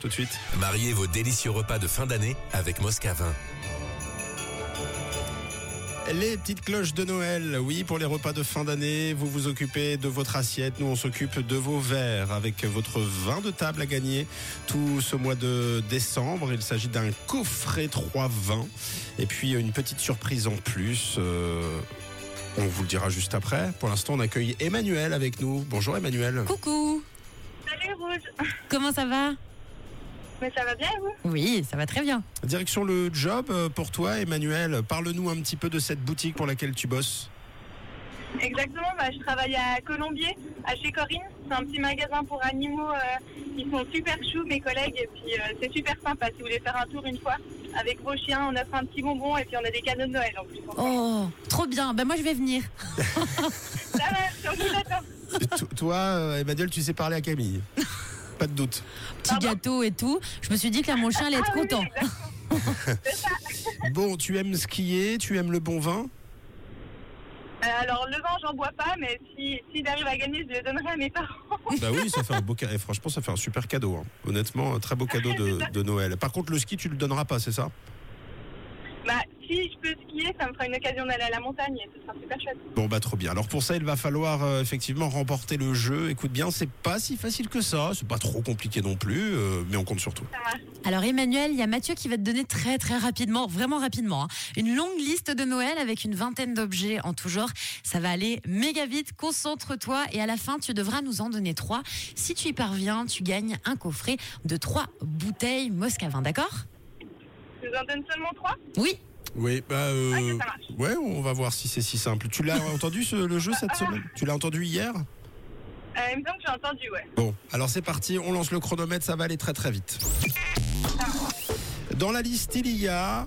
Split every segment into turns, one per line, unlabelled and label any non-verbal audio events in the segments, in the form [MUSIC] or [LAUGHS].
tout de suite.
Mariez vos délicieux repas de fin d'année avec Moscavin.
Les petites cloches de Noël, oui, pour les repas de fin d'année, vous vous occupez de votre assiette, nous on s'occupe de vos verres avec votre vin de table à gagner tout ce mois de décembre. Il s'agit d'un coffret 3 vins et puis une petite surprise en plus. euh, on vous le dira juste après. Pour l'instant, on accueille Emmanuel avec nous. Bonjour Emmanuel.
Coucou,
Salut Rouge
comment ça va
Mais ça va bien et vous
Oui, ça va très bien.
Direction le job euh, pour toi Emmanuel. Parle-nous un petit peu de cette boutique pour laquelle tu bosses.
Exactement, bah, je travaille à Colombier, à chez Corinne. C'est un petit magasin pour animaux. euh, ils sont super choux, mes collègues, et puis euh, c'est super sympa. Si vous voulez faire un tour une fois avec vos chiens, on offre un petit bonbon et puis on a des cadeaux de Noël en plus.
Oh, trop bien, ben moi je vais venir.
Ça va, on vous attend.
To- toi euh, Emmanuel, tu sais parler à Camille. Pas de doute.
Petit gâteau et tout. Je me suis dit que là, mon chien allait être
Ah oui,
content.
Bon, tu aimes skier, tu aimes le bon vin.
Euh, alors le vin, j'en bois pas, mais si s'il arrive à gagner, je le donnerai à mes parents.
Bah oui, ça fait un beau cadeau. Franchement, ça fait un super cadeau. hein. Honnêtement, un très beau cadeau de, de Noël. Par contre, le ski, tu le donneras pas, c'est ça
Bah, si je peux skier, ça me fera une occasion d'aller à la montagne et ce sera super chouette.
Bon, bah trop bien. Alors pour ça, il va falloir euh, effectivement remporter le jeu. Écoute bien, c'est pas si facile que ça. C'est pas trop compliqué non plus, euh, mais on compte sur toi.
Alors Emmanuel, il y a Mathieu qui va te donner très très rapidement, vraiment rapidement, hein, une longue liste de Noël avec une vingtaine d'objets en tout genre. Ça va aller méga vite, concentre-toi et à la fin tu devras nous en donner trois. Si tu y parviens, tu gagnes un coffret de trois bouteilles Moscavin, d'accord
Je vous en donne seulement trois
Oui,
Oui, bah. euh,
Ok, ça marche.
ouais, on va voir si c'est si simple. Tu l'as entendu ce- le jeu cette semaine Tu l'as entendu hier
Euh, Il me semble que j'ai entendu, ouais.
Bon, alors c'est parti, on lance le chronomètre, ça va aller très très vite. Dans la liste, il y a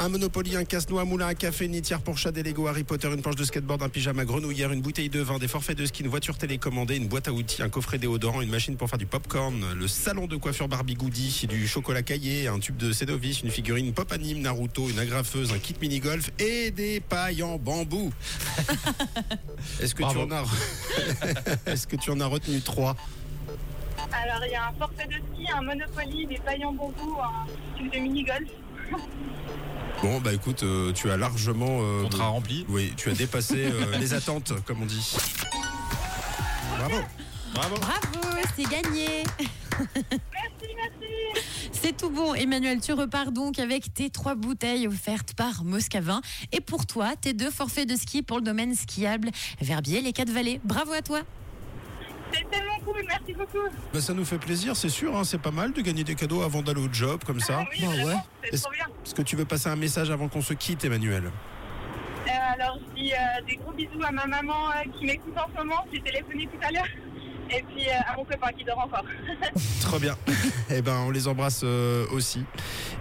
un Monopoly, un casse-noix, un moulin à café, une litière pour chat, des Lego, Harry Potter, une planche de skateboard, un pyjama grenouillère, une bouteille de vin, des forfaits de ski, une voiture télécommandée, une boîte à outils, un coffret déodorant, une machine pour faire du popcorn, le salon de coiffure Barbie Goody, du chocolat caillé, un tube de Cédovis, une figurine pop anime Naruto, une agrafeuse, un kit mini-golf et des pailles en bambou. Est-ce que, tu
Bravo.
en as... [LAUGHS] Est-ce que tu en as retenu trois
Alors, il y a un forfait de ski, un Monopoly, des paillons bambou, un tube de mini-golf.
Bon, bah écoute, euh, tu as largement. euh,
Contrat rempli.
Oui, tu as dépassé euh, [LAUGHS] les attentes, comme on dit. Bravo!
Bravo.
bravo, c'est gagné
Merci, merci
C'est tout bon, Emmanuel. Tu repars donc avec tes trois bouteilles offertes par Moscavin. Et pour toi, tes deux forfaits de ski pour le domaine skiable Verbier, les Quatre Vallées. Bravo à toi.
C'est tellement cool, merci beaucoup
Bah, ça nous fait plaisir, c'est sûr, hein, c'est pas mal de gagner des cadeaux avant d'aller au job, comme ça.
Ah Oui, vraiment, c'est
Est-ce-
trop bien
Est-ce que tu veux passer un message avant qu'on se quitte, Emmanuel?
Euh, Alors, je dis euh, des gros bisous à ma maman euh, qui m'écoute en ce moment, j'ai téléphoné tout à l'heure, et puis euh, à mon copain qui dort encore.
Très bien. [LAUGHS] eh ben, on les embrasse euh, aussi.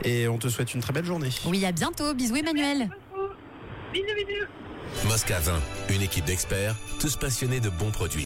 Et on te souhaite une très belle journée.
Oui, à bientôt. Bisous, Emmanuel.
Merci beaucoup Bisous, bisous
Moscavin, une équipe d'experts, tous passionnés de bons produits.